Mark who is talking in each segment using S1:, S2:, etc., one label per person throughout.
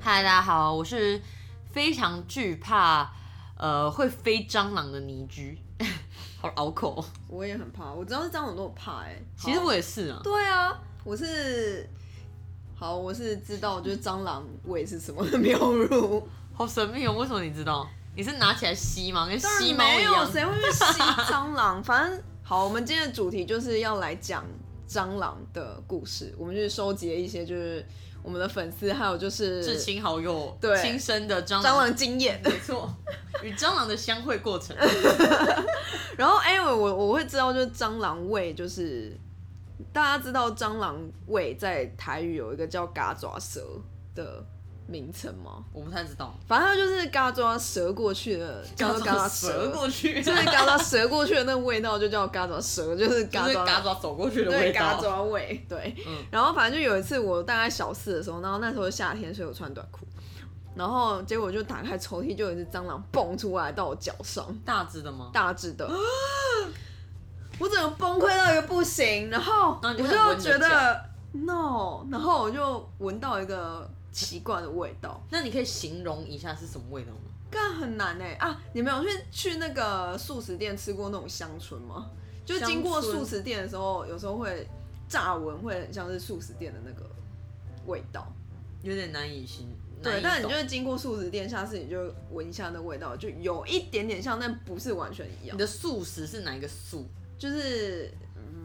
S1: 嗨，大家好，我是非常惧怕呃会飞蟑螂的倪居， 好拗口。哦
S2: 我也很怕，我知道是蟑螂都很怕哎、欸。好
S1: 其实我也是啊，
S2: 对啊，我是好，我是知道，就是蟑螂尾是什么的谬入，
S1: 好神秘哦，为什么你知道？你是拿起来吸吗？跟
S2: 当 然
S1: 吸猫一
S2: 没有
S1: 样。
S2: 谁会去吸蟑螂？反正好，我们今天的主题就是要来讲蟑螂的故事，我们去收集了一些就是我们的粉丝，还有就是
S1: 至亲好友
S2: 对
S1: 亲身的蟑
S2: 蟑螂经验。
S1: 没错，与蟑螂的相会过程。
S2: 然后哎、我我我会知道，就是蟑螂味，就是大家知道蟑螂味在台语有一个叫嘎爪蛇的名称吗？
S1: 我不太知道，
S2: 反正它就是嘎爪蛇过去的，叫做嘎爪
S1: 蛇
S2: 蛇，
S1: 过 去，
S2: 就是嘎爪蛇过去的那个味道就叫嘎爪蛇，就是
S1: 就
S2: 嘎
S1: 是嘎爪
S2: 爪。
S1: 走过去的
S2: 对，
S1: 味
S2: 嘎
S1: 道。
S2: 爪味，对。
S1: 嗯
S2: 然后反正就有一次，我大概小四的时候，然后那时候夏天，所以我穿短裤，然后结果就打开抽屉，就有一只蟑螂蹦出来到我脚上，
S1: 大只的吗？
S2: 大致的， 我整个崩溃到一个不行，然后
S1: 然后
S2: 我
S1: 你就开始闻
S2: 就
S1: 你的
S2: 觉得 no，然后我就闻到一个奇怪的味道，
S1: 那你可以形容一下是什么味道吗？
S2: 但很难哎、啊！你们有去去那个素食店吃过那种香椿吗？就
S1: 香
S2: 经过
S1: 椿
S2: 素食店的时候，有时候会乍闻会很像是素食店的那个味道，
S1: 有点难以形。
S2: 对，
S1: 难以
S2: 但你
S1: 懂
S2: 就是经过素食店，下次你就闻一下那味道，就有一点点像，但不是完全一样
S1: 你，的素食是哪一个素？
S2: 就是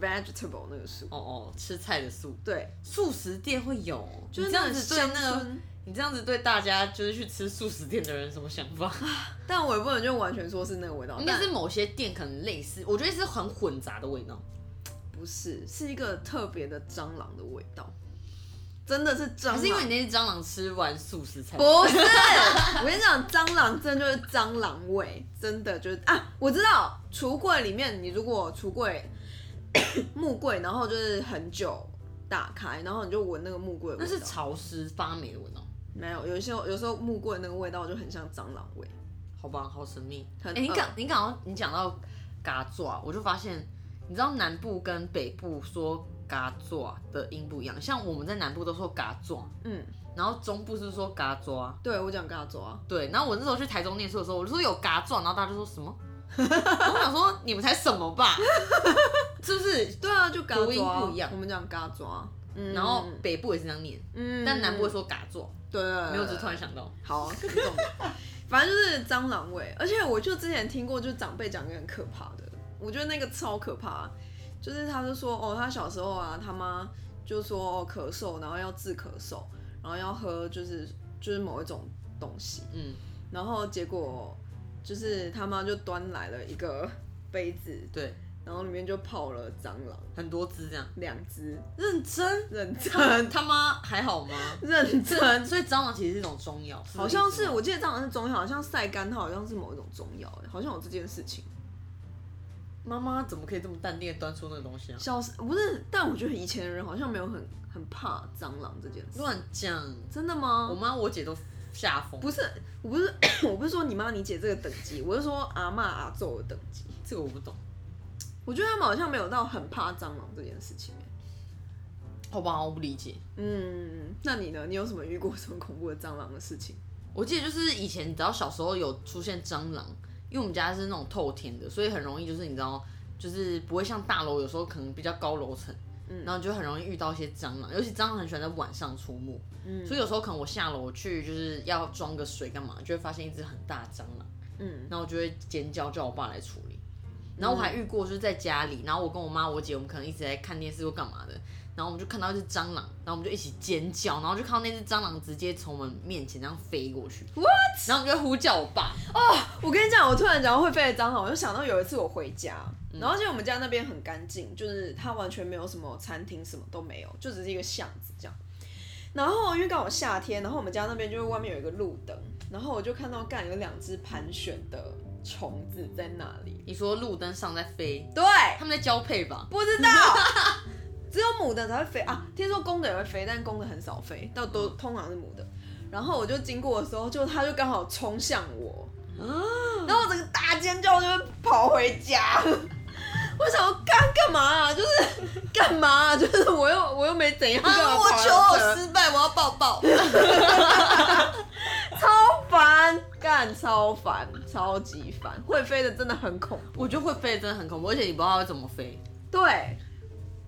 S2: vegetable 那个素。
S1: 哦哦，吃菜的素，
S2: 对，
S1: 素食店会有，
S2: 就
S1: 你
S2: 是
S1: 这
S2: 那
S1: 样
S2: 种
S1: 子对
S2: 乡
S1: 那个，
S2: 村，
S1: 你这样子对大家就是去吃素食店的人什么想法？
S2: 但我也不能就完全说是那个味道，
S1: 应该
S2: 但
S1: 是某些店可能类似，我觉得是很混杂的味道。
S2: 不是是一个特别的蟑螂的味道，真的是蟑
S1: 还
S2: 螂。
S1: 是因为你那只蟑螂吃完素食才
S2: 不是，我跟你讲，蟑螂真的就是蟑螂味，真的就是啊，我知道，橱柜里面你如果橱柜木柜，然后就是很久打开，然后你就闻那个木柜的味
S1: 那
S2: 道，
S1: 是潮湿发霉的味道。
S2: 没有，有时候有时候木柜那个味道就很像蟑螂味，
S1: 好吧，好神秘。哎、
S2: 很
S1: 你
S2: 恶
S1: 讲你讲到你讲到嘎爪，我就发现，你知道南部跟北部说嘎爪的音不一样，像我们在南部都说嘎爪，
S2: 嗯，
S1: 然后中部是说嘎啊抓。
S2: 对我讲嘎抓，
S1: 对，然后我那时候去台中念书的时候，我就说有嘎撞，然后大家就说什么？ 然后我想说你们才什么吧， 是不是？
S2: 对啊，就嘎抓，
S1: 读音不一样
S2: 我们讲嘎抓，嗯，
S1: 然后北部也是这样念，
S2: 嗯，
S1: 但南部会说嘎撞。
S2: 对，
S1: 没有，只是突然想到，
S2: 好，这种反正就是蟑螂味，而且我就之前听过，就是长辈讲一个很可怕的，我觉得那个超可怕，就是他就说哦，他小时候啊，他妈就说、哦、咳嗽，然后要治咳嗽，然后要喝就是就是某一种东西，
S1: 嗯，
S2: 然后结果就是他妈就端来了一个杯子，
S1: 对，
S2: 然后里面就泡了蟑螂
S1: 很多只这 样。
S2: 两只，
S1: 认真，
S2: 认
S1: 他
S2: 真
S1: 他妈还好吗？
S2: 认真。
S1: 所以蟑螂其实是一种中药，
S2: 好像
S1: 这个
S2: 是，
S1: 意思吗
S2: 我记得蟑螂是中药，好像晒干它好像是某一种中药，哎好像有这件事情。
S1: 妈妈怎么可以这么淡定的端出那个东西啊？
S2: 小时不是，但我觉得以前的人好像没有很很怕蟑螂这件事，
S1: 乱讲，
S2: 真的
S1: 我
S2: 吗？
S1: 妈我姐都吓疯。
S2: 不是，我不是， 我不是说你妈你姐这个等级，我是说阿嬷阿祖的等级。
S1: 这个我不懂，
S2: 我觉得他们好像没有到很怕蟑螂这件事情。哎
S1: 好吧，我不理解。
S2: 嗯，那你呢？你有什么遇过什么恐怖的蟑螂的事情？
S1: 我记得就是以前，你知道小时候有出现蟑螂，因为我们家是那种透天的，所以很容易就是你知道，就是不会像大楼有时候可能比较高楼层，
S2: 嗯
S1: 然后就很容易遇到一些蟑螂，尤其蟑螂很喜欢在晚上出没，
S2: 嗯
S1: 所以有时候可能我下楼去就是要装个水干嘛，就会发现一只很大的蟑螂，
S2: 嗯，
S1: 然后我就会尖叫叫我爸来处理。然后我还遇过就是在家里，然后我跟我妈我姐我们可能一直在看电视或干嘛的，然后我们就看到一只蟑螂，然后我们就一起尖叫，然后就看到那只蟑螂直接从我们面前这样飞过去。然后我们就呼叫我爸，
S2: 我跟你讲，我突然讲到会飞的蟑螂，我就想到有一次我回家，然后就我们家那边很干净，就是它完全没有什么餐厅，什么都没有，就只是一个巷子这样。然后因为刚好夏天，然后我们家那边就是外面有一个路灯，然后我就看到干有两只盘旋的虫子在那里。
S1: 你说路灯上在飞，
S2: 对，
S1: 他们在交配吧？
S2: 不 知道，只有母的才会飞啊。听说公的也会飞，但公的很少飞，到都
S1: 嗯
S2: 通常是母的。然后我就经过的时候，就它就刚好冲向我，
S1: 啊
S2: 然后我整个大尖叫，就跑回 家。我想要干干嘛、啊？就是干嘛、啊？就是我又我又没怎样，干嘛
S1: 啊啊，我
S2: 跑来
S1: 求偶
S2: 这
S1: 失败，我要抱抱。
S2: 干超烦，超级烦，会飞的真的很恐 怖。
S1: 我觉得会飞真的很恐怖，而且你不知道它会怎么飞。
S2: 对，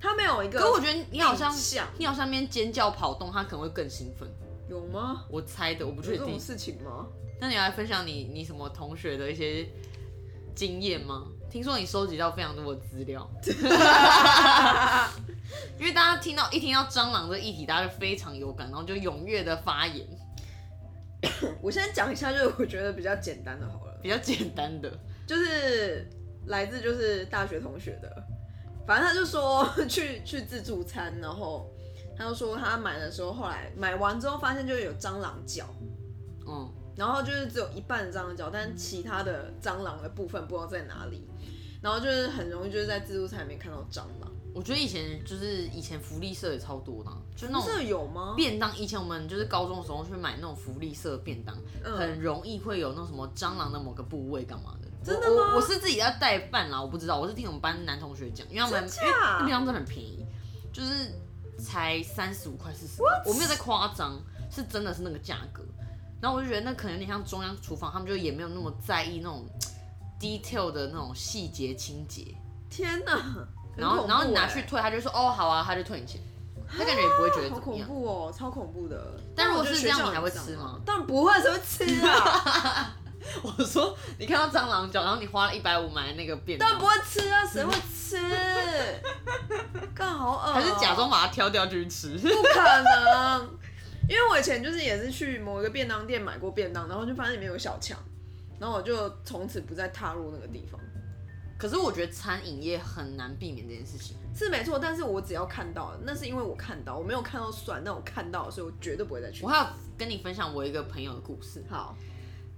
S2: 它没有一个，
S1: 可我觉得你好像
S2: 印象
S1: 你好像边尖叫跑动，它可能会更兴奋。
S2: 有吗？
S1: 我猜的，我不
S2: 有
S1: 确
S2: 这种
S1: 定。
S2: 事情吗？
S1: 那你来分享你你什么同学的一些经验吗？听说你收集到非常多的资料，因为大家听到一听到蟑螂这议题，大家就非常有感，然后就踊跃的发言，
S2: 我先讲一下，就是我觉得比较简单的好了，
S1: 比较简单的，
S2: 就是来自就是大学同学的，反正他就说去去自助餐，然后他就说他买的时候，后来买完之后发现就是有蟑螂脚，
S1: 嗯，
S2: 然后就是只有一半的蟑螂脚，但其他的蟑螂的部分不知道在哪里，然后就是很容易就是在自助餐里面看到蟑螂，
S1: 我觉得以前就是以前福利社也超多的啊，就那
S2: 不
S1: 种
S2: 是有吗？
S1: 便当。以前我们就是高中的时候去买那种福利社便当，
S2: 嗯
S1: 很容易会有那什么蟑螂的某个部位干嘛的。
S2: 真的
S1: 我
S2: 吗
S1: 我我是自己要带饭啦，我不知道，我是听我们班男同学讲，因为他们
S2: 真
S1: 因为
S2: 假
S1: 那便当真的很便宜，就是才三十五块四十，我没有在夸张，是真的是那个价格。然后我就觉得那可能有点像中央厨房，他们就也没有那么在意那种 detail 的那种细节清洁。
S2: 天哪！
S1: 然后
S2: 很恐怖
S1: 然后你拿
S2: 欸
S1: 去退，他就说哦好啊，他就退你钱，他感觉也不会觉得
S2: 好
S1: 怎么
S2: 恐
S1: 样。
S2: 怖哦，超恐怖的。
S1: 但如果
S2: 我觉得
S1: 是
S2: 学校
S1: 这样你还
S2: 很
S1: 会
S2: 脏
S1: 吃
S2: 啊
S1: 吗？
S2: 当然不会，谁会 吃啊？
S1: 我说你看到蟑螂脚，然后你花了一百五买那个便当
S2: 当然，不会吃啊，谁会吃？干好恶、
S1: 还是假装？把它挑掉去吃。
S2: 不可能，啊因为我以前就是也是去某一个便当店买过便当，然后就发现里面有小强，然后我就从此不再踏入那个地方。
S1: 可是我觉得餐饮业很难避免这件事情。
S2: 是没错，但是我只要看到，那是因为我看到，我没有看到算，但我看到，所以我绝对不会再去
S1: 我。还要跟你分享我一个朋友的故事，
S2: 好，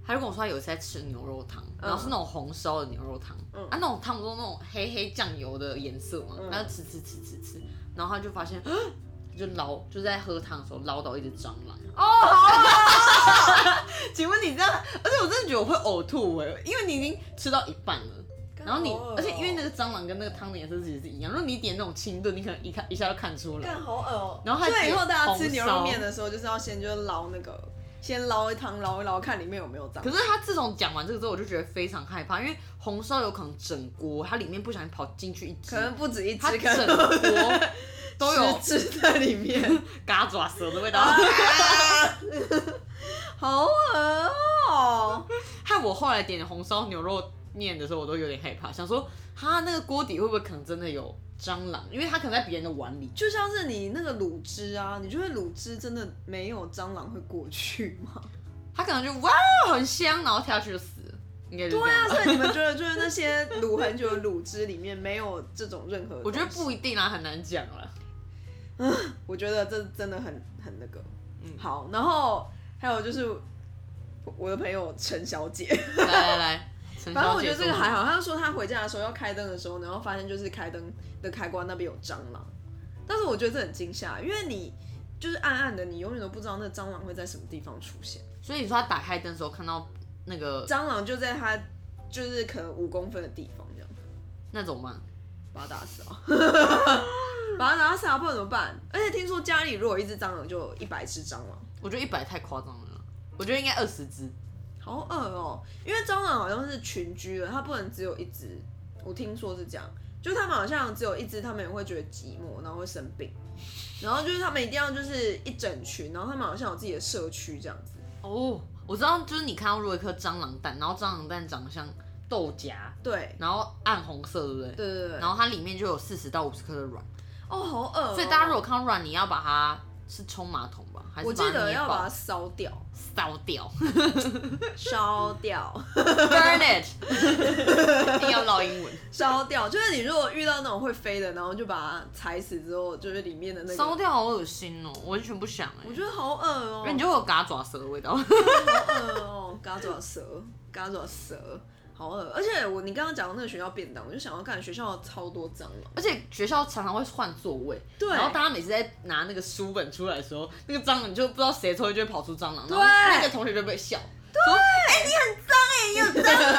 S1: 他就跟我说他有一次在吃牛肉汤，然后是那种红烧的牛肉汤，
S2: 嗯
S1: 啊那种汤不都那种黑黑酱油的颜色嘛，
S2: 嗯
S1: 他就吃吃吃吃吃，然后他就发现， 他就捞就在喝汤的时候捞到一只蟑 螂。哦，
S2: 啊
S1: 请问你这样，而且我真的觉得我会呕吐哎、因为你已经吃到一半了。然后你
S2: 干好恶哦，
S1: 而且因为那个蟑螂跟那个汤的颜色其实是一样，如果你点那种清炖，你可能一看一下就看出来。
S2: 干好恶哦、
S1: 然后还
S2: 所以以后大家
S1: 红
S2: 吃
S1: 烧
S2: 牛肉面的时候，就是要先就是捞那个，先捞一汤捞一捞，看里面有没有脏
S1: 可。是他自从讲完这个之后，我就觉得非常害怕，因为红烧有可能整锅，它里面不小心跑进去一只，
S2: 可能不止一只，
S1: 它
S2: 可
S1: 整
S2: 能
S1: 锅 都有
S2: 十只在里面，
S1: 嘎爪蛇的味道，
S2: 啊好恶哦、
S1: 害我后来点红烧牛肉面的时候，我都有点害怕，想说哈那个锅底会不会可能真的有蟑螂，因为它可能在别人的碗里。
S2: 就像是你那个卤汁啊，你觉得卤汁真的没有蟑螂会过去 吗？
S1: 它可能就哇很香，然后跳下去就死了，应该是这
S2: 对
S1: 样
S2: 啊，
S1: 吧。
S2: 所以你们觉得就是那些卤很久的卤汁里面没有这种任何？
S1: 我觉得，不一定啦，啊很难讲啦。
S2: 我觉得这真的很很那个。
S1: 嗯
S2: 好，然后还有就是我的朋友陈小姐，
S1: 来来来，陈
S2: 反正
S1: 小
S2: 我觉
S1: 姐
S2: 得这个
S1: 说
S2: 还好。他说他回家的时候要开灯的时候，然后发现就是开灯的开关那边有蟑螂，但是我觉得这很惊吓，因为你就是暗暗的，你永远都不知道那蟑螂会在什么地方出现。
S1: 所以你说他打开灯的时候看到那个
S2: 蟑螂就在他就是可能五公分的地方这样，
S1: 那种吗？
S2: 把它打死啊！ 把它打死啊，不然怎么办？而且听说家里如果有一只蟑螂，就有一百只蟑螂，
S1: 我觉得一百太夸张了，我觉得应该二十只。
S2: 好恶哦、因为蟑螂好像是群居的，它不能只有一只，我听说是这样。就是他们好像只有一只，他们也会觉得寂寞，然后会生病。然后就是他们一定要就是一整群，然后他们好像有自己的社区这样子。
S1: 哦，我知道，就是你看到如果一颗蟑螂蛋，然后蟑螂蛋长得像豆荚，
S2: 对
S1: 然后暗红色，对不对？
S2: 对对对，
S1: 然后它里面就有四十到五十颗的卵，
S2: 哦好恶哦、
S1: 所以大家如果看到卵，你要把它是冲马桶吧，还是
S2: 我
S1: 把它
S2: 记得
S1: 捏
S2: 要把
S1: 爆
S2: 它烧掉，
S1: 烧 掉
S2: 烧掉。
S1: ，burn it，一定要唠英文，
S2: 烧掉，就是你如果遇到那种会飞的，然后就把它踩死之后，就是里面的那个，
S1: 烧掉好恶心哦，我完全不想哎、
S2: 我觉得好恶哦、
S1: 那你就会有嘎爪蛇的味道，
S2: 好恶哦、嘎爪蛇，嘎爪蛇，好恶。而且我你刚刚讲到那个学校便当，我就想要看学校超多蟑螂，
S1: 而且学校常常会换座位，
S2: 对
S1: 然后大家每次在拿那个书本出来的时候，那个蟑螂就不知道谁抽烟就会跑出蟑螂，然后
S2: 对
S1: 那个同学就被笑，对，哎、你很脏哎、你有蟑螂，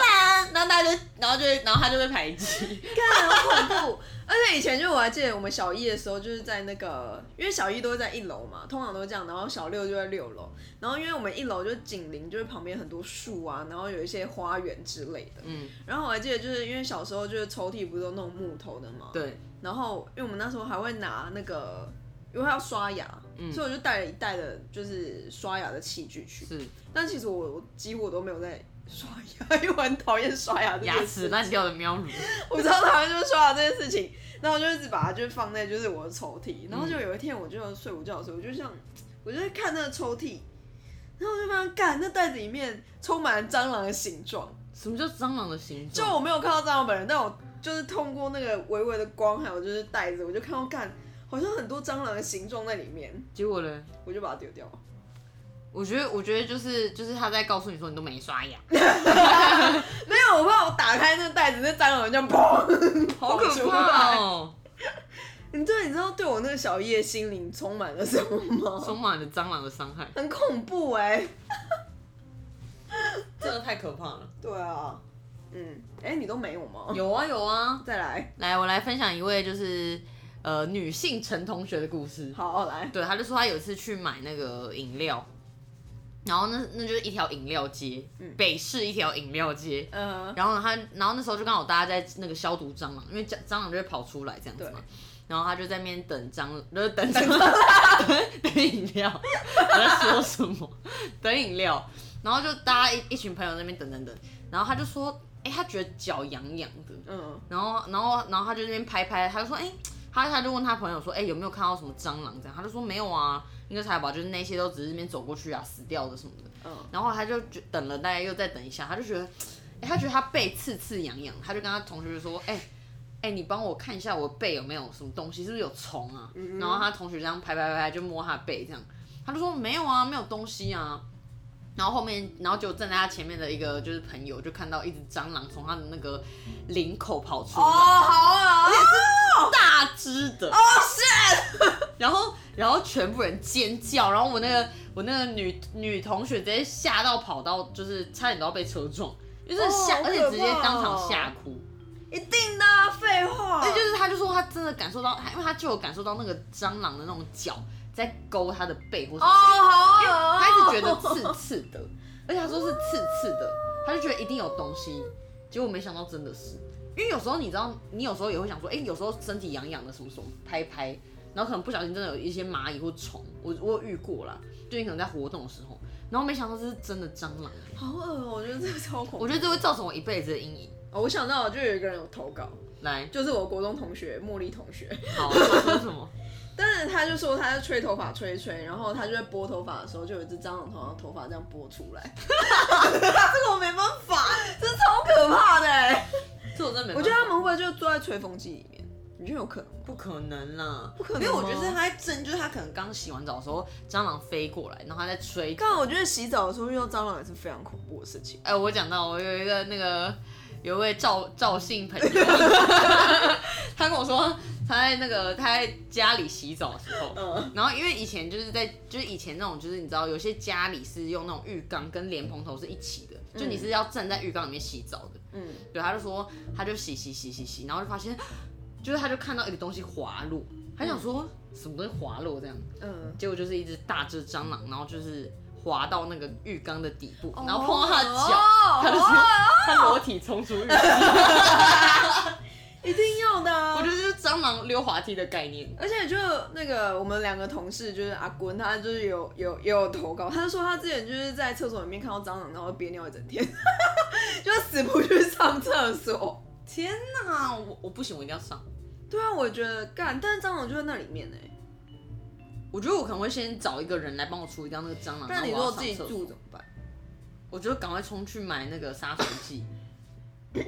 S1: 然后样大家就然后就会然后他就被排挤。
S2: 干好恐怖！而且以前就我还记得我们小一的时候，就是在那个，因为小一都会在一楼嘛，通常都这样，然后小六就在六楼，然后因为我们一楼就紧邻，就是旁边很多树啊，然后有一些花园之类的。
S1: 嗯，
S2: 然后我还记得，就是因为小时候就是抽屉不是都那种木头的嘛，
S1: 对，
S2: 然后因为我们那时候还会拿那个，因为要刷牙，
S1: 嗯
S2: 所以我就带了一袋的，就是刷牙的器具去。
S1: 是
S2: 但其实我我几乎我都没有在刷牙，因为我很讨厌刷牙这件
S1: 牙
S2: 事
S1: 齿烂掉的喵乳。
S2: 我知道他们就是刷牙这件事情，然后我就一直把它就是放在就是我的抽屉，然后就有一天我就睡午觉的时候，我就想，我就在看那个抽屉，然后我就发现，干那袋子里面充满了蟑螂的形状，
S1: 什么叫蟑螂的形
S2: 就
S1: 状？
S2: 我没有看到蟑螂本人，但我就是通过那个微微的光，还有就是袋子，我就看到干好像很多蟑螂的形状在里面，
S1: 结果呢？
S2: 我就把它丢掉了。
S1: 我觉得，我觉得就是就是他在告诉你说你都没刷牙，
S2: 没有，我怕我打开那袋子，那蟑螂就砰，
S1: 好
S2: 跑
S1: 可
S2: 出
S1: 怕
S2: 来！
S1: 哦！
S2: 你对，你知道对我那个小叶心灵充满了什么吗？
S1: 充满了蟑螂的伤害，
S2: 很恐怖哎、
S1: 真的太可怕了。
S2: 对啊，嗯，哎、你都没有吗？
S1: 有啊有啊，
S2: 再来，
S1: 来我来分享一位就是呃女性陈同学的故事。
S2: 好来，
S1: 对，他就说他有一次去买那个饮料，然后那那就是一条饮料街，北市一条饮料街。
S2: 嗯、
S1: 然后呢他，然后那时候就刚好大家在那个消毒蟑螂，因为蟑蟑螂就会跑出来这样子嘛。然后他就在那边等蟑，就是等蟑螂， 等饮料。我在说什么？等饮料。然后就大家一一群朋友在那边等等等，然后他就说，哎、他觉得脚痒痒的，
S2: 嗯，
S1: 然后，然后，然后他就那边拍拍，他就说，哎、他他就问他朋友说，哎、有没有看到什么蟑螂这样？他就说没有啊，应该才吧，就是那些都只是那边走过去啊，死掉的什么的。
S2: 嗯，
S1: 然后他就觉等了大概又再等一下，他就觉得，哎、他觉得他背刺刺痒痒，他就跟他同学就说，哎、哎、你帮我看一下我背有没有什么东西，是不是有虫啊？
S2: 嗯
S1: 然后他同学这样拍拍拍，就摸他的背这样，他就说没有啊，没有东西啊。然后后面，然后就站在他前面的一个就是朋友，就看到一只蟑螂从他的那个领口跑出来，
S2: 哦，好啊，
S1: 大只的，哦、是。 然后，然后全部人尖叫，然后我那个我那个女女同学直接吓到跑到，就是差点都要被车撞，就是吓，
S2: 哦好可怕哦
S1: 而且直接当场吓哭。
S2: 一定的啊，废话，
S1: 那哎就是他就说他真的感受到，因为他就有感受到那个蟑螂的那种脚在勾他的背或什
S2: 哦，
S1: 么的
S2: 好啊，
S1: 他一直觉得刺刺的，而且他说是刺刺的，他就觉得一定有东西，结果没想到真的是，因为有时候你知道，你有时候也会想说，哎、有时候身体痒痒的什么什么拍拍，然后可能不小心真的有一些蚂蚁或虫，我我有遇过啦，就你可能在活动的时候，然后没想到这是真的蟑螂，
S2: 好恶哦，我觉得这个超恐怖。
S1: 我
S2: 我,、
S1: 觉得这会造成我一辈子的阴影。
S2: 哦、我想到了就有一个人有投稿，
S1: 来，
S2: 就是我国中同学茉莉同学，
S1: 好，说什么？
S2: 但是他就说他在吹头发吹一吹，然后他就在拨头发的时候，就有一只蟑螂从他的头发这样拨出来， 这个我没办法，这超可怕的欸、
S1: 这我真的没办法，
S2: 我觉得他们会不会就坐在吹风机里面？你觉得有可能吗？
S1: 不可能啦，不
S2: 可能
S1: 因为我觉
S2: 吗
S1: 得是他在震，就是他可能刚洗完澡的时候，蟑螂飞过来，然后他在吹
S2: 但我觉得洗澡的时候遇到蟑螂也是非常恐怖的事情。
S1: 哎、我讲到我有一个那个有一位赵赵姓朋友， 他跟我说他在那个他在家里洗澡的时候，
S2: 嗯
S1: 然后因为以前就是在就是以前那种就是你知道有些家里是用那种浴缸跟莲蓬头是一起的，就你是要站在浴缸里面洗澡的。
S2: 嗯，
S1: 对，他就说他就洗洗洗洗洗，然后就发现就是他就看到一个东西滑落，他想说、什么东西滑落这样，
S2: 嗯，
S1: 结果就是一只大只蟑螂，然后就是滑到那个浴缸的底部，
S2: 哦
S1: 然后碰到他的脚。他就是 他裸体冲出浴室，
S2: 一定要的、
S1: 我
S2: 啊
S1: 觉。得就是蟑螂溜滑梯的概念。
S2: 而且就那个我们两个同事，就是阿坤，他就是有有也有投稿，他就说他之前就是在厕所里面看到蟑螂，然后憋尿一整天， 就死不去上厕所。
S1: 天哪，我我不行，我一定要上。
S2: 对啊，我觉得干，但是蟑螂就在那里面哎、
S1: 我觉得我可能会先找一个人来帮我处理掉那个蟑螂。
S2: 那你
S1: 然
S2: 如
S1: 后我要
S2: 果自己
S1: 上厕所
S2: 住，怎么办？
S1: 我觉得赶快冲去买那个杀虫 剂。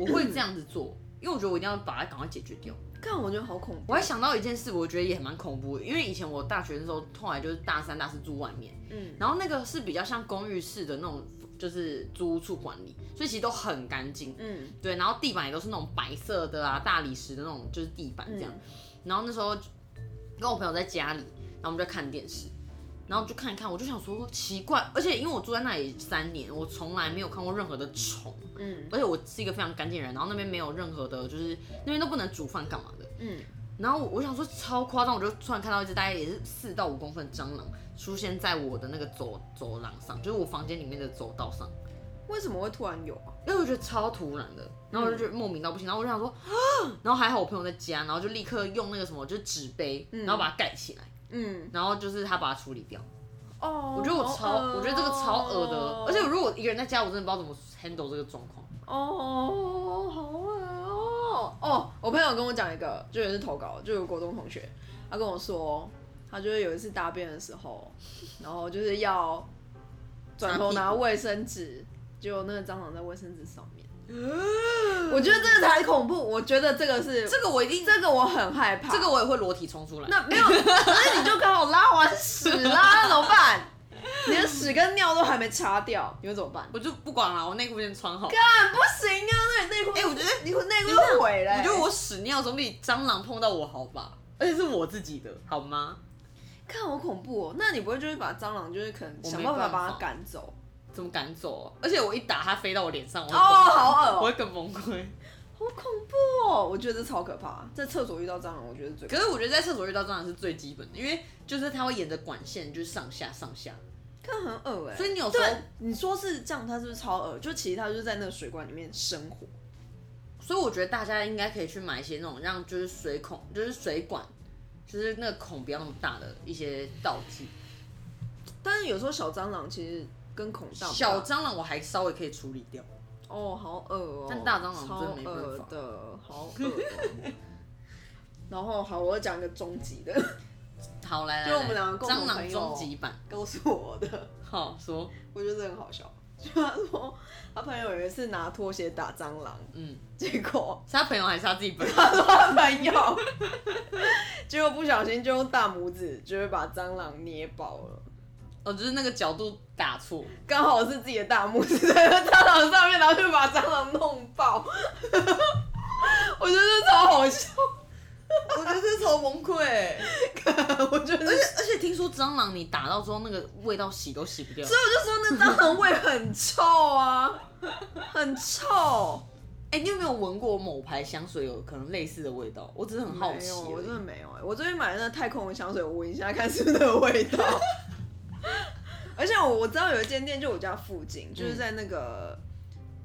S1: 我会这样子做，因为我觉得我一定要把它赶快解决掉。
S2: 干，我觉得好恐怖。
S1: 我还想到一件事，我觉得也蛮恐怖的，因为以前我大学的时候，后来就是大三、大四住外面，
S2: 嗯，
S1: 然后那个是比较像公寓式的那种，就是租屋处管理，所以其实都很干净，
S2: 嗯，
S1: 对，然后地板也都是那种白色的啊，大理石的那种，就是
S2: 嗯
S1: 地板这样。然后那时候跟我朋友在家里，然后我们就在看电视，然后就看一看，我就想说奇怪，而且因为我住在那里三年，我从来没有看过任何的虫，
S2: 嗯
S1: 而且我是一个非常干净的人，然后那边没有任何的，就是那边都不能煮饭干嘛的。
S2: 嗯，
S1: 然后我我想说超夸张，我就突然看到一只大概也是四到五公分的蟑螂出现在我的那个走走廊上，就是我房间里面的走道上，
S2: 为什么会突然有啊？
S1: 因为我觉得超突然的，然后我就觉得莫名到不行，然后我就想说， 啊然后还好我朋友在家，然后就立刻用那个什么就是纸杯，然后把它盖起来，
S2: 嗯，
S1: 然后就是他把它处理掉。
S2: 哦，
S1: 我觉得我超，
S2: 好恶哦
S1: 我觉得这个超恶的，而且如果一个人在家，我真的不知道怎么 handle 这个状 况。
S2: 哦，好恶哦！哦，我朋友跟我讲一个，就也是投稿，就有国中同学，他跟我说，他就是有一次大便的时候，然后就是要转头拿卫生纸，结果那个蟑螂在卫生纸上面。我觉得这个才恐怖，我觉得这个是
S1: 这个我一定，
S2: 这个我很害怕。
S1: 这个我也会裸体冲出来。
S2: 那没有，可是你就刚好拉完屎啦，那怎么办？你的屎跟尿都还没擦掉，你会怎么办？
S1: 我就不管了，我内裤先穿好。
S2: 干不行啊！那你内裤，
S1: 哎我觉得
S2: 你内裤都毁了、
S1: 我觉得我屎尿总比蟑螂碰到我好吧，而且是我自己的，好吗？
S2: 看好恐怖哦。那你不会就是把蟑螂就是可能
S1: 我
S2: 想
S1: 没
S2: 办法
S1: 办法
S2: 把它赶走？
S1: 怎么赶走、而且我一打它飞到我脸上，我
S2: 哦，
S1: 会崩溃我
S2: 好恶、
S1: 会
S2: 哦，
S1: 更崩溃。
S2: 好恐怖哦！我觉得这超可怕，在厕所遇到蟑螂，我觉得最
S1: 可是我觉得在厕所遇到蟑螂是最基本的，因为就是它会沿着管线就是上下上下，
S2: 看很恶哎、
S1: 所以你有时候
S2: 对，你说是这样，它是不是超恶？就其实它就是在那个水管里面生活。
S1: 所以我觉得大家应该可以去买一些那种让就是水孔，就是水管，就是那个孔不要那么大的一些道具。
S2: 但是有时候小蟑螂其实跟孔大不大
S1: 小蟑螂我还稍微可以处理掉，
S2: 哦，好恶哦！
S1: 但大蟑螂
S2: 超
S1: 真的没办法
S2: 恶的，好恶、哦。 然后好，我要讲一个终极的，
S1: 好来来，
S2: 就我们
S1: 来
S2: 两个共同
S1: 蟑
S2: 朋
S1: 螂
S2: 友
S1: 终极版，
S2: 告诉我的。
S1: 好说，
S2: 我觉得这很好笑。就他说，他朋友有一次拿拖鞋打蟑螂，
S1: 嗯，
S2: 结果
S1: 是他朋友还是他自己本人？
S2: 他说他朋友，结果不小心就用大拇指，就会把蟑螂捏爆了。
S1: 哦，就是那个角度打错，
S2: 刚好是自己的大拇指在那蟑螂上面，然后就把蟑螂弄爆。我觉得这超好笑，
S1: 我觉得这超崩溃。
S2: 欸我觉得。
S1: 而且而且听说蟑螂你打到之后，那个味道洗都洗不掉
S2: 所。以我就说那蟑螂味很臭啊，很臭。
S1: 哎、你有没有闻过某牌香水有可能类似的味道？我只是很好
S2: 没
S1: 奇
S2: 有，
S1: 而已。
S2: 我真的没有哎、我最近买的那太空的香水，我闻一下看是不是那个味 道。而且我我知道有一间店，就我家附近，
S1: 嗯
S2: 就是在那个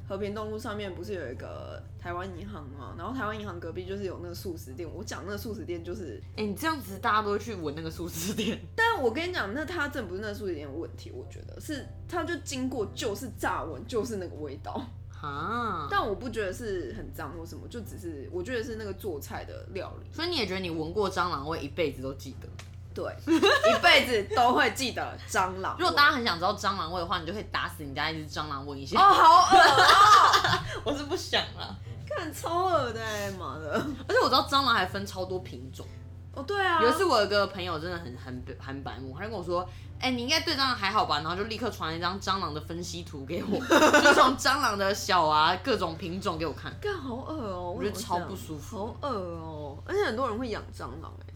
S2: 和平东路上面，不是有一个台湾银行吗？然后台湾银行隔壁就是有那个素食店。我讲那个素食店就是，
S1: 哎、你这样子大家都会去闻那个素食店。
S2: 但我跟你讲，那它真的不是那个素食店的问题，我觉得是它就经过就是炸闻，就是那个味道。
S1: 哈，
S2: 但我不觉得是很脏或什么，就只是我觉得是那个做菜的料理。
S1: 所以你也觉得你闻过蟑螂味，一辈子都记得。
S2: 对， 一辈子都会记得蟑螂味。
S1: 如果大家很想知道蟑螂味的话，你就可以打死你家一只蟑螂闻一下。
S2: 哦，好 恶，
S1: 我是不想啦，
S2: 看超恶的欸，妈的！
S1: 而且我知道蟑螂还分超多品种。
S2: 哦，对啊，
S1: 有一次我有个朋友真的很很很白目，他就跟我说：“哎、你应该对蟑螂还好吧？”然后就立刻传了一张蟑螂的分析图给我， 就从蟑螂的小啊各种品种给我看。
S2: 干好恶哦，
S1: 我觉得
S2: 为什么
S1: 超
S2: 这样
S1: 不舒服，
S2: 好恶哦，而且很多人会养蟑螂哎，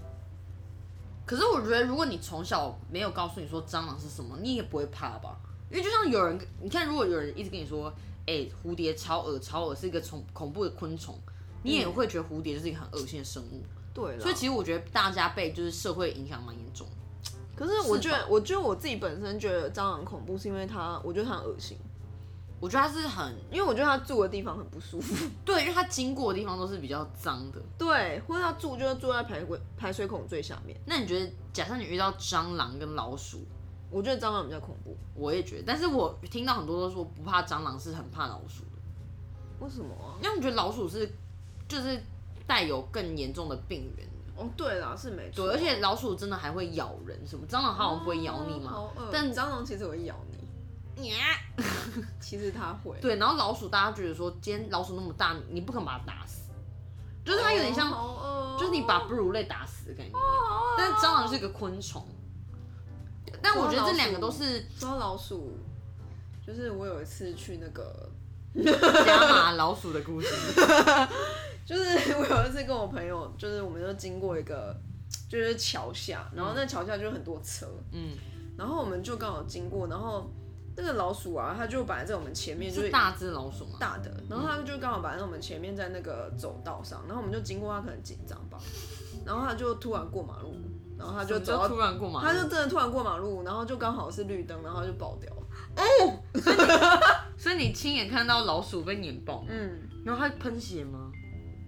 S1: 可是我觉得，如果你从小没有告诉你说蟑螂是什么，你也不会怕吧？因为就像有人，你看，如果有人一直跟你说，哎、蝴蝶超恶，超恶是一个恐恐怖的昆虫，你也会觉得蝴蝶就是一个很恶心的生物。
S2: 对了，
S1: 所以其实我觉得大家被就是社会影响蛮严重的。
S2: 可是我
S1: 是
S2: 觉
S1: 吧
S2: 得，我觉得我自己本身觉得蟑螂恐怖，是因为它，我觉得它很恶心，
S1: 我觉得它是很
S2: 因为我觉得它住的地方很不 舒服，
S1: 对，因为它经过的地方都是比较脏的。
S2: 对，或者它住就是住在排水排水孔最下面，
S1: 那你觉得，假设你遇到蟑螂跟老鼠，
S2: 我觉得蟑螂比较恐怖，
S1: 我也觉得，但是我听到很多都说不怕蟑螂，是很怕老鼠的。
S2: 为什么啊？
S1: 那你觉得老鼠是就是带有更严重的病源的？
S2: 哦，对啦，是没错，
S1: 对，而且老鼠真的还会咬人，什么蟑螂它好像不会咬你嘛，
S2: 哦好恶
S1: 但
S2: 蟑螂其实会咬你，
S1: 哦
S2: 其实它会，
S1: 对，然后老鼠大家觉得说，今天老鼠那么大，你不可能把它打死，就是它有点像，
S2: 哦
S1: 就是你把哺乳类打死的概念。
S2: 好恶
S1: 但是蟑螂是一个昆虫，但我觉得这两个都是
S2: 抓老鼠，就是我有一次去那个，
S1: 加码老鼠的故事。
S2: 就是 我有一次跟我朋友，就是我们就经过一个就是桥下，然后那桥下就很多车，
S1: 嗯，
S2: 然后我们就刚好经过，然后那个老鼠啊，它就本来在我们前面，就是
S1: 大嗯只老鼠吗？
S2: 大的，然后它就刚好摆在我们前面，在那个走道上，然后我们就经过，它可能紧张吧，然后它就突然过马路，然后它就
S1: 就
S2: 走到，
S1: 突然过马路，
S2: 它就真的突然过马路，然后就刚好是绿灯，然后它就爆掉了。
S1: 所以你亲眼看到老鼠被碾爆吗，
S2: 嗯，
S1: 然后它喷血吗？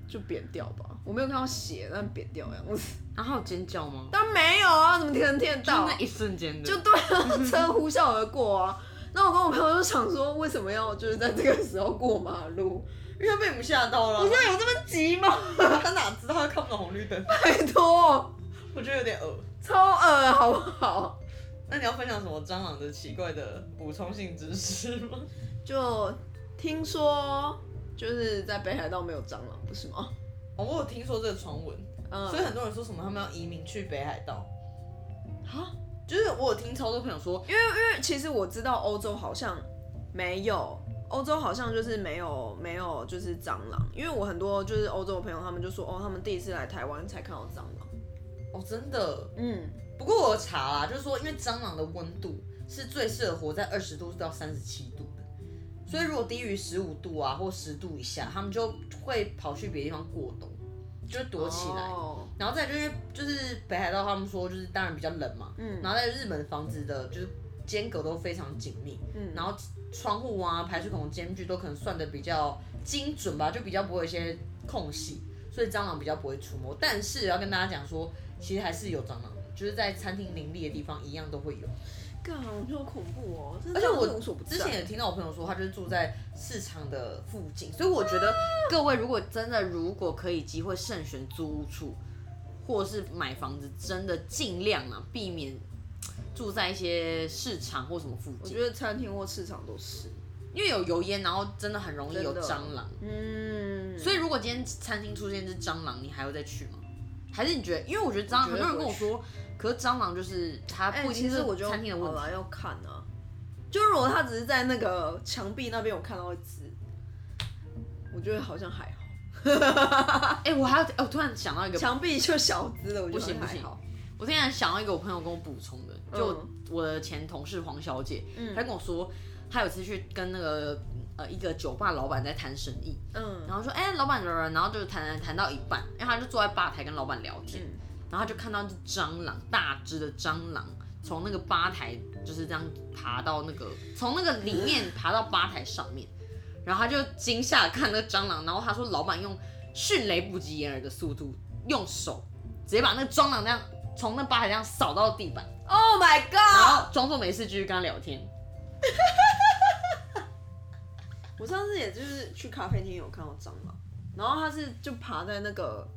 S2: 就扁掉吧，我没有看到血，但扁掉的样子。
S1: 然后它有尖叫吗？
S2: 但没有啊，怎么可能听得
S1: 就
S2: 到
S1: 那？一瞬间的，
S2: 就对啊，车呼啸而过啊。那我跟我朋友就想说，为什么要就是在这个时候过马路？ 因为他被我们吓到了。
S3: 不
S2: 是有这么 急吗？
S3: 他哪知道他看不到红绿灯？
S2: 拜托，
S3: 我觉得有点恶。
S2: 超恶好不好？
S3: 那你要分享什么蟑螂的奇怪的补充性知识吗？
S2: 就听说就是在北海道没有蟑螂，不是吗？
S3: 哦，我有听说这个传闻，
S2: 嗯，
S3: 所以很多人说什么他们要移民去北海道，
S2: 啊，
S3: 就是我有听超多朋友说，
S2: 因为因为其实我知道欧洲好像没有，欧洲好像就是没有没有就是蟑螂，因为我很多就是欧洲的朋友他们就说哦，他们第一次来台湾才看到蟑螂。
S3: 哦，真的。
S2: 嗯，
S3: 不过我有查啦，就是说因为蟑螂的温度是最适合活在二十度到三十七度的。所以如果低于十五度啊或十度以下，他们就会跑去别的地方过冬，就是躲起来。
S2: 哦
S3: 然后再就是就是北海道他们说就是当然比较冷嘛，
S2: 嗯
S3: 然后在日本房子的就是间隔都非常紧密，
S2: 嗯
S3: 然后窗户啊排水孔的间距都可能算的比较精准吧，就比较不会有一些空隙，所以蟑螂比较不会出没。但是要跟大家讲说，其实还是有蟑螂的，就是在餐厅林立的地方一样都会有。
S2: 干，我觉得好恐怖哦！
S3: 而且我
S2: 真的是无所不在
S3: 之前也听到我朋友说，他就是住在市场的附近，所以我觉得
S1: 各位如果真的如果可以机会慎选租屋处，或是买房子，真的尽量啊避免住在一些市场或什么附
S2: 我
S1: 近，
S2: 觉得餐厅或市场都是，
S1: 因为有油烟，然后真的很容易有
S2: 真的
S1: 蟑螂。
S2: 嗯，
S1: 所以如果今天餐厅出现一只蟑螂，你还会再去吗？还是你觉得？因为我觉得蟑螂，
S2: 我
S1: 很
S2: 觉
S1: 多
S2: 得
S1: 人跟
S2: 不
S1: 我
S2: 会
S1: 说，可是蟑螂就是它
S2: 哎、
S1: 不一
S2: 其
S1: 定是
S2: 实我觉得
S1: 餐厅的问
S2: 好
S1: 题。
S2: 啦，要看啊。就如果他只是在那个墙壁那边，我看到一只，我觉得好像还好。
S1: 哎、我还有，哎我突然想到一个，
S2: 墙壁就小只了，我觉
S1: 不行
S2: 得
S1: 不
S2: 还
S1: 行
S2: 好。
S1: 我突然想到一个我朋友跟我补充的，就
S2: 嗯
S1: 我的前同事黄小姐，
S2: 嗯
S1: 她跟我说，她有一次去跟那个呃一个酒吧老板在谈生意，
S2: 嗯
S1: 然后说，哎、老板，然后就谈谈谈到一半，因为她就坐在吧台跟老板聊天，
S2: 嗯
S1: 然后他就看到一只蟑螂，大只的蟑螂从那个吧台就是这样爬到那个，从那个里面爬到吧台上面，然后他就惊吓地看那个蟑螂，然后他说老板用迅雷不及掩耳的速度，用手直接把那个蟑螂这样从那吧台这样扫到地板，
S2: ，Oh my
S1: 然
S2: god！
S1: 后装作没事继续跟他聊天。
S2: 我上次也就是去咖啡厅有看到蟑螂，然后它是就爬在那个，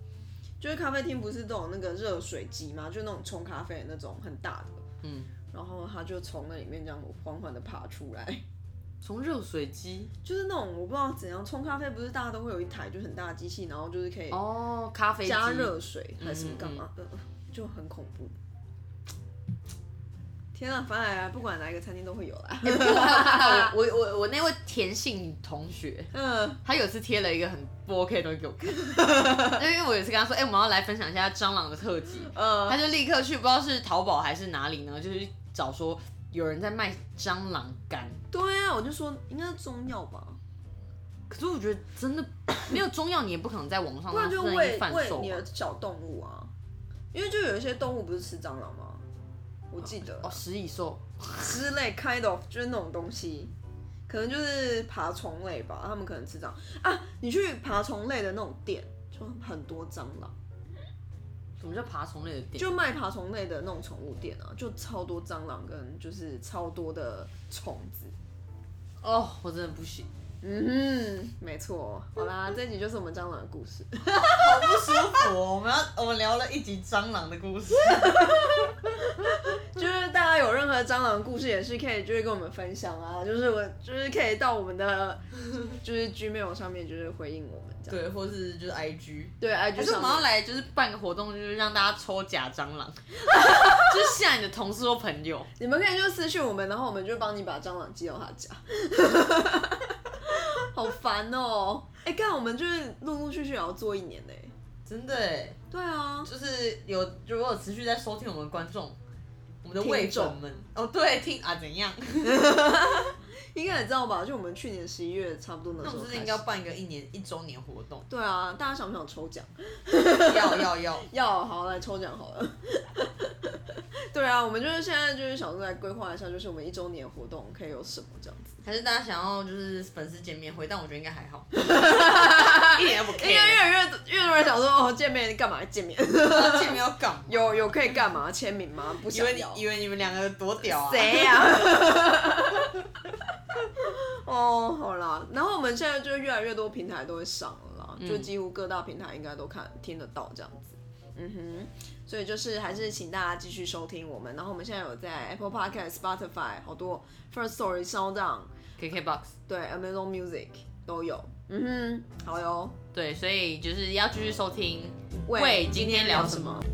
S2: 就是咖啡厅不是都有那个热水机吗？就那种冲咖啡的那种很大的，
S1: 嗯，
S2: 然后它就从那里面这样缓缓的爬出来，
S1: 从热水机
S2: 就是那种我不知道怎样冲咖啡，不是大家都会有一台就很大的机器，然后就是可以
S1: 哦，咖啡机
S2: 加热水还是干嘛的，就很恐怖。天啊，反正不管哪一个餐厅都会有啦。
S1: 我我我我那位田姓同学，
S2: 嗯，
S1: 他有一次贴了一个很不 OK 的东西给我看， 因为我有一次跟他说，哎、我们要来分享一下蟑螂的特辑，
S2: 呃
S1: 他就立刻去不知道是淘宝还是哪里呢，就是找说有人在卖蟑螂干，
S2: 对啊，我就说应该是中药吧，
S1: 可是我觉得真的没有中药，你也不可能在网上
S2: 不然就
S1: 让生意
S2: 喂
S1: 贩
S2: 喂
S1: 售
S2: 你
S1: 吧
S2: 的小动物啊，因为就有一些动物不是吃蟑螂吗？我记得、
S1: 哦，食蚁兽，
S2: 之类 kind of 就是那种东西，可能就是爬虫类吧，他们可能吃蟑螂啊。你去爬虫类的那种店，就很多蟑螂，
S1: 什么叫爬虫类的店？
S2: 就卖爬虫类的那种宠物店啊，就超多蟑螂跟就是超多的虫子。
S1: 哦，我真的不行，
S2: 嗯哼，没错。好啦，这集就是我们蟑螂的故事。
S3: 好不舒服、哦。我们要我们聊了一集蟑螂的故 事，
S2: 就是大家有任何蟑螂的故事，也是可以就是跟我们分享啊，就是我就是可以到我们的就是 Gmail 上面就是回应我们这样。
S3: 对，或是就是 IG。
S2: 对
S1: 可
S2: ，IG
S1: 是我
S2: 上
S1: 们要
S2: 面。
S1: 来就是办个活动，就是让大家抽假蟑螂， 就是吓你的同事或朋友。
S2: 你们可以就私讯我们，然后我们就帮你把蟑螂寄到他家。 好烦哦、哎、干，我们就是陆陆续续也要做一年呢、
S3: 真的耶，
S1: 欸
S2: 对啊，
S3: 就是有如果有持续在收听我们的观众，我
S1: 们的味
S2: 众
S1: 粉们哦，对，听啊怎样？
S2: 应该也知道吧？就我们去年十一月差不多那时
S1: 那我
S2: 候
S1: 们是
S2: 开始，？
S1: 不是应该要办一个一年一周年活动
S2: 对啊，大家想不想抽奖？
S1: 要要要！
S2: 要好来抽奖好了。 对啊，我们就是现在就是想说来规划一下，就是我们一周年活动可以有什么这样子。
S1: 还是大家想要就是粉丝见面会，但我觉得应该还 好，一点都不 care。
S2: 因为越来越越多人想说哦，见面干嘛见面？
S1: 要见面要干嘛？
S2: 有有可以干嘛？签名吗？不
S1: 以
S2: 想
S1: 为你
S2: 要。
S1: 以为你们两个多屌啊？
S2: 谁呀、 哦，好啦，然后我们现在就越来越多平台都会上了啦，
S4: 嗯
S2: 就几乎各大平台应该都看听得到这样子。嗯哼，所以就是还是请大家继续收听我们，然后我们现在有在 Apple Podcast、Spotify 好多 First Story、Sound On，
S4: KKBox。
S2: 对 Amazon Music 都有。嗯哼，好哟。
S4: 对，所以就是要继续收听。
S2: 喂
S4: 喂，今天聊什么？